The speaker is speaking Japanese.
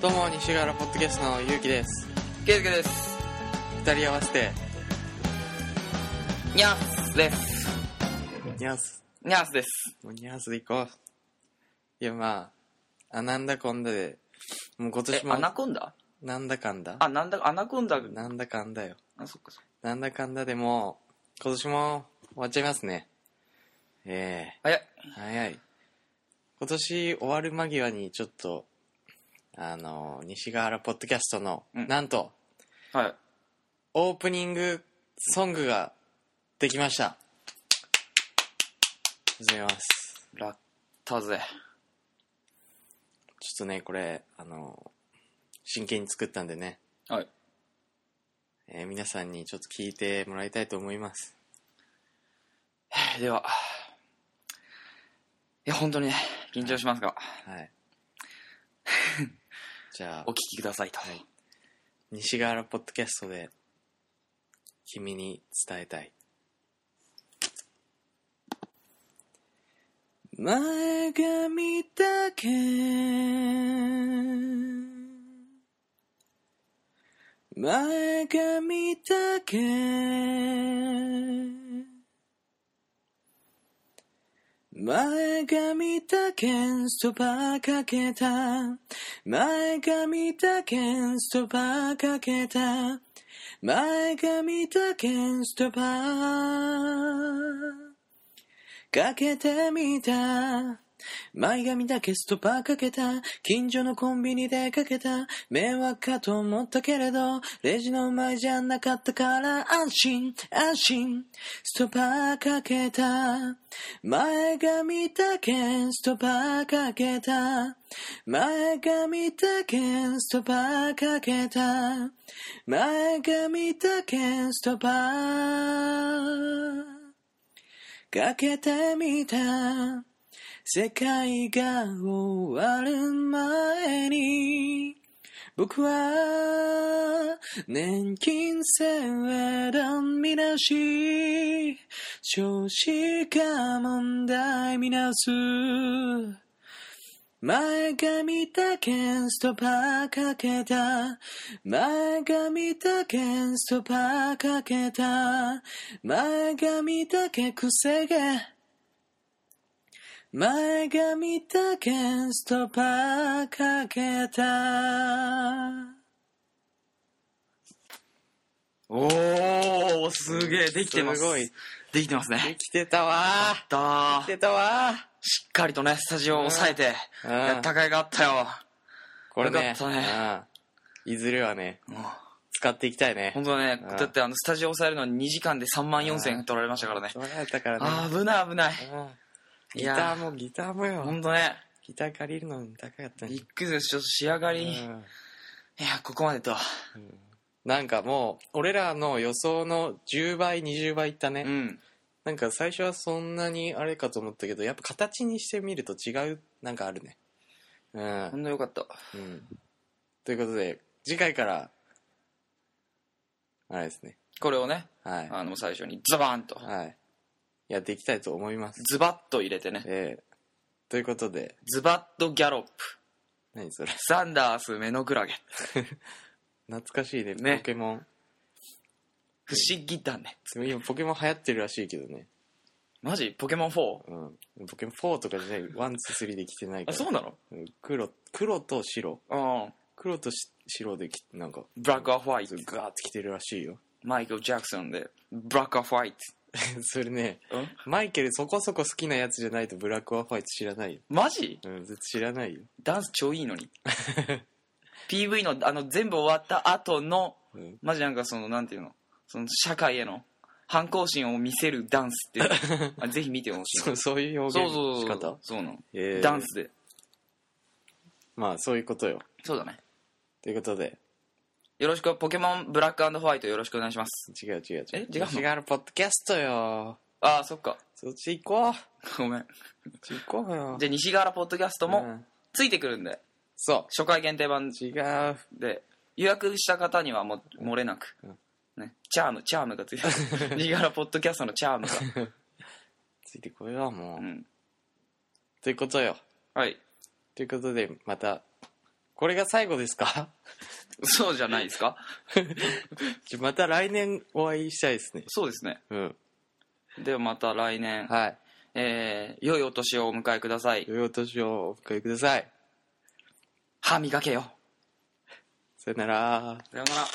どうも西原ポッドキャストのゆうきですケイスケです。二人合わせてニャースです。ニャースニャースです。もうニャースでいこういやまああなんだこんだでもう今え年、アナもコンダなんだかんだあ、なんだ、アナコンダ。なんだかんだよあ、そっかそっか。なんだかんだでもう今年も終わっちゃいますねえ早い。え早い今年終わる間際にちょっとあの西ヶ原ポッドキャストの、うんなんとはい。オープニングソングができました。ありがとうございます。ラッタぜ。ちょっとね、これ、あの、真剣に作ったんでね、はい。えー皆さんにちょっと聞いてもらいたいと思います。では。いや、本当にね、緊張しますが、はい。じゃおあ聞、きくださいと。はい西側ポッドキャストで、君に伝えたい。前髪だけ前髪だけ前髪だけそばかけた前髪だけそばかけた前髪だけそばかけてみた前髪だけストパーかけた近所のコンビニでかけた迷惑かと思ったけれどレジの前じゃなかったから安心安心ストパーかけた前髪だけストパーかけた前髪だけストパーかけた前髪だけストパーかけてみた世界が終わる前に僕は年金制度みなし少子化問題みなす前髪だけストパーかけた前髪だけストパーかけた前髪だけくせ毛前髪だけストパーかけたおー、すげえ、できてます。すごい。できてますね。きてたわあったー。てたわしっかりとね、スタジオを抑えて、うんやった甲斐があったよ。これよねかったねうんいずれはねもう使っていきたいね本当はね、うんだってあの、スタジオを抑えるのに2時間で3万4千円取られましたからね。取られたからねあー、危ない危ない。うんいギやターもギターもほよんとね。ギター借りるのに高かったねびっくりです。ちょっと仕上がり。ういや、んここまでとは。なんかもう俺らの予想の10倍20倍いったねうん。なんか最初はそんなにあれかと思ったけどやっぱ形にしてみると違うなんかあるねうんほんとよかった。うんということで次回からあれですねこれをね、はい、あの、最初にズバーンと、はい、やっていきたいと思います、ズバッと入れてね。えーということでズバッとギャロップ。何それサンダースメノクラゲ。懐かしいねねポケモン不思議だね。今ポケモン流行ってるらしいけどね、マジポケモン 4? うん、ポケモン4とかじゃない123で来てないかあ、らそうなのうん黒黒と白うん。黒とし白できなんかブラックアホワイそトう。ガーって来てるらしいよ マイケル・ジャクソンで、ブラックアホワイト。それねうんマイケルそこそこ好きなやつじゃないとブラックはホワイト知らないよ、マジうん、絶対知らないよ、ダンス超いい のに。PV の、あの、全部終わった後の、うん、マジなんかその、なんていうのその、社会への反抗心を見せるダンスっていう のあぜひ見てほしい。そうそういう表そう現のそう仕そう方そうそうなの、えーダンスでまあそういうことよそうだねということでよろしくポケモンブラックホワイトよろしくお願いします違う違う違うえ違うの違うのポッドキャストよああそっか そっち行こうごめんそっち行こうよじゃあ西原ポッドキャストうもんついてくるんでそ初回限定版う違うで予約した方にはもう漏れなくうん、ね、チャームチャームがつい てる西原ポッドキャストのチャームが、ついてこようもう、うん、ということよはいということでまたこれが最後ですかそうじゃないで すかじゃまた来年お会いしたいですね。そうですねうん。ではまた来年、はい。えー良いお年をお迎えください良いお年をお迎えください。歯磨けよさよなら。さようなら